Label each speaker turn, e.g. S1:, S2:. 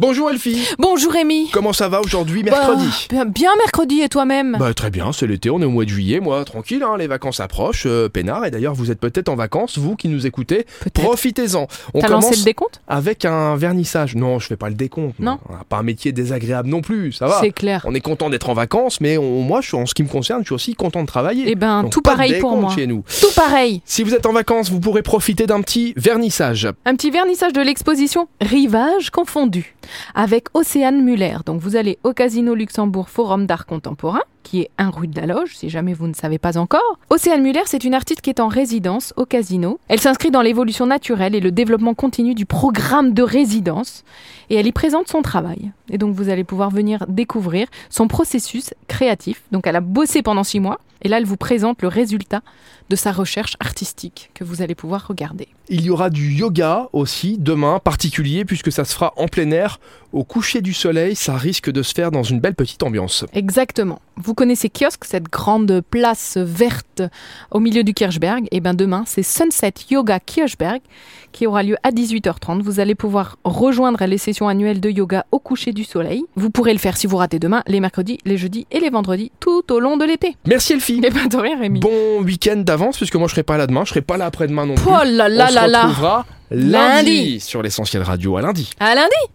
S1: Bonjour Elfie,
S2: Bonjour Rémi.
S1: comment ça va aujourd'hui, mercredi
S2: Bah, bien, bien mercredi et toi-même.
S1: bah très bien, c'est l'été, on est au mois de juillet, moi, tranquille, hein, les vacances approchent, euh, peinard, et d'ailleurs vous êtes peut-être en vacances, vous qui nous écoutez,
S2: Peut-être.
S1: profitez-en. On
S2: T'as lancé
S1: commence
S2: le décompte
S1: avec un vernissage, non je fais pas le décompte,
S2: Non.
S1: On a pas un métier désagréable non plus, ça va.
S2: C'est clair.
S1: On est content d'être en vacances, mais on- moi je, suis- en ce qui me concerne, je suis aussi content de travailler.
S2: Eh ben,
S1: Donc,
S2: tout
S1: pas de
S2: pareil pour
S1: décompte
S2: moi.
S1: chez nous.
S2: Tout pareil.
S1: Si vous êtes en vacances, vous pourrez profiter d'un petit vernissage.
S2: Un petit vernissage de l'exposition Rivage confondu avec Océane Muller. Donc vous allez au Casino Luxembourg Forum d'art contemporain, qui est un rue de la Loge, si jamais vous ne savez pas encore. Océane Muller, c'est une artiste qui est en résidence au casino. Elle s'inscrit dans l'évolution naturelle et le développement continu du programme de résidence et elle y présente son travail. Et donc vous allez pouvoir venir découvrir son processus créatif. Donc elle a bossé pendant six mois et là elle vous présente le résultat de sa recherche artistique que vous allez pouvoir regarder.
S1: Il y aura du yoga aussi demain, particulier puisque ça se fera en plein air. Au coucher du soleil, ça risque de se faire dans une belle petite ambiance.
S2: Exactement. Vous connaissez Kiosk, cette grande place verte au milieu du Kirchberg. Et ben demain, c'est Sunset Yoga Kirchberg qui aura lieu à 18h30. Vous allez pouvoir rejoindre les sessions annuelles de yoga au coucher du soleil. Vous pourrez le faire si vous ratez demain, les mercredis, les jeudis et les vendredis, tout au long de l'été.
S1: Merci Elfie.
S2: Et ben de rien, Rémi.
S1: Bon week-end d'avance puisque moi je serai pas là demain, je serai pas là après-demain non plus.
S2: Oh là là
S1: On
S2: là
S1: se
S2: là
S1: retrouvera lundi,
S2: Lundi.
S1: sur l'essentiel radio à lundi.
S2: À lundi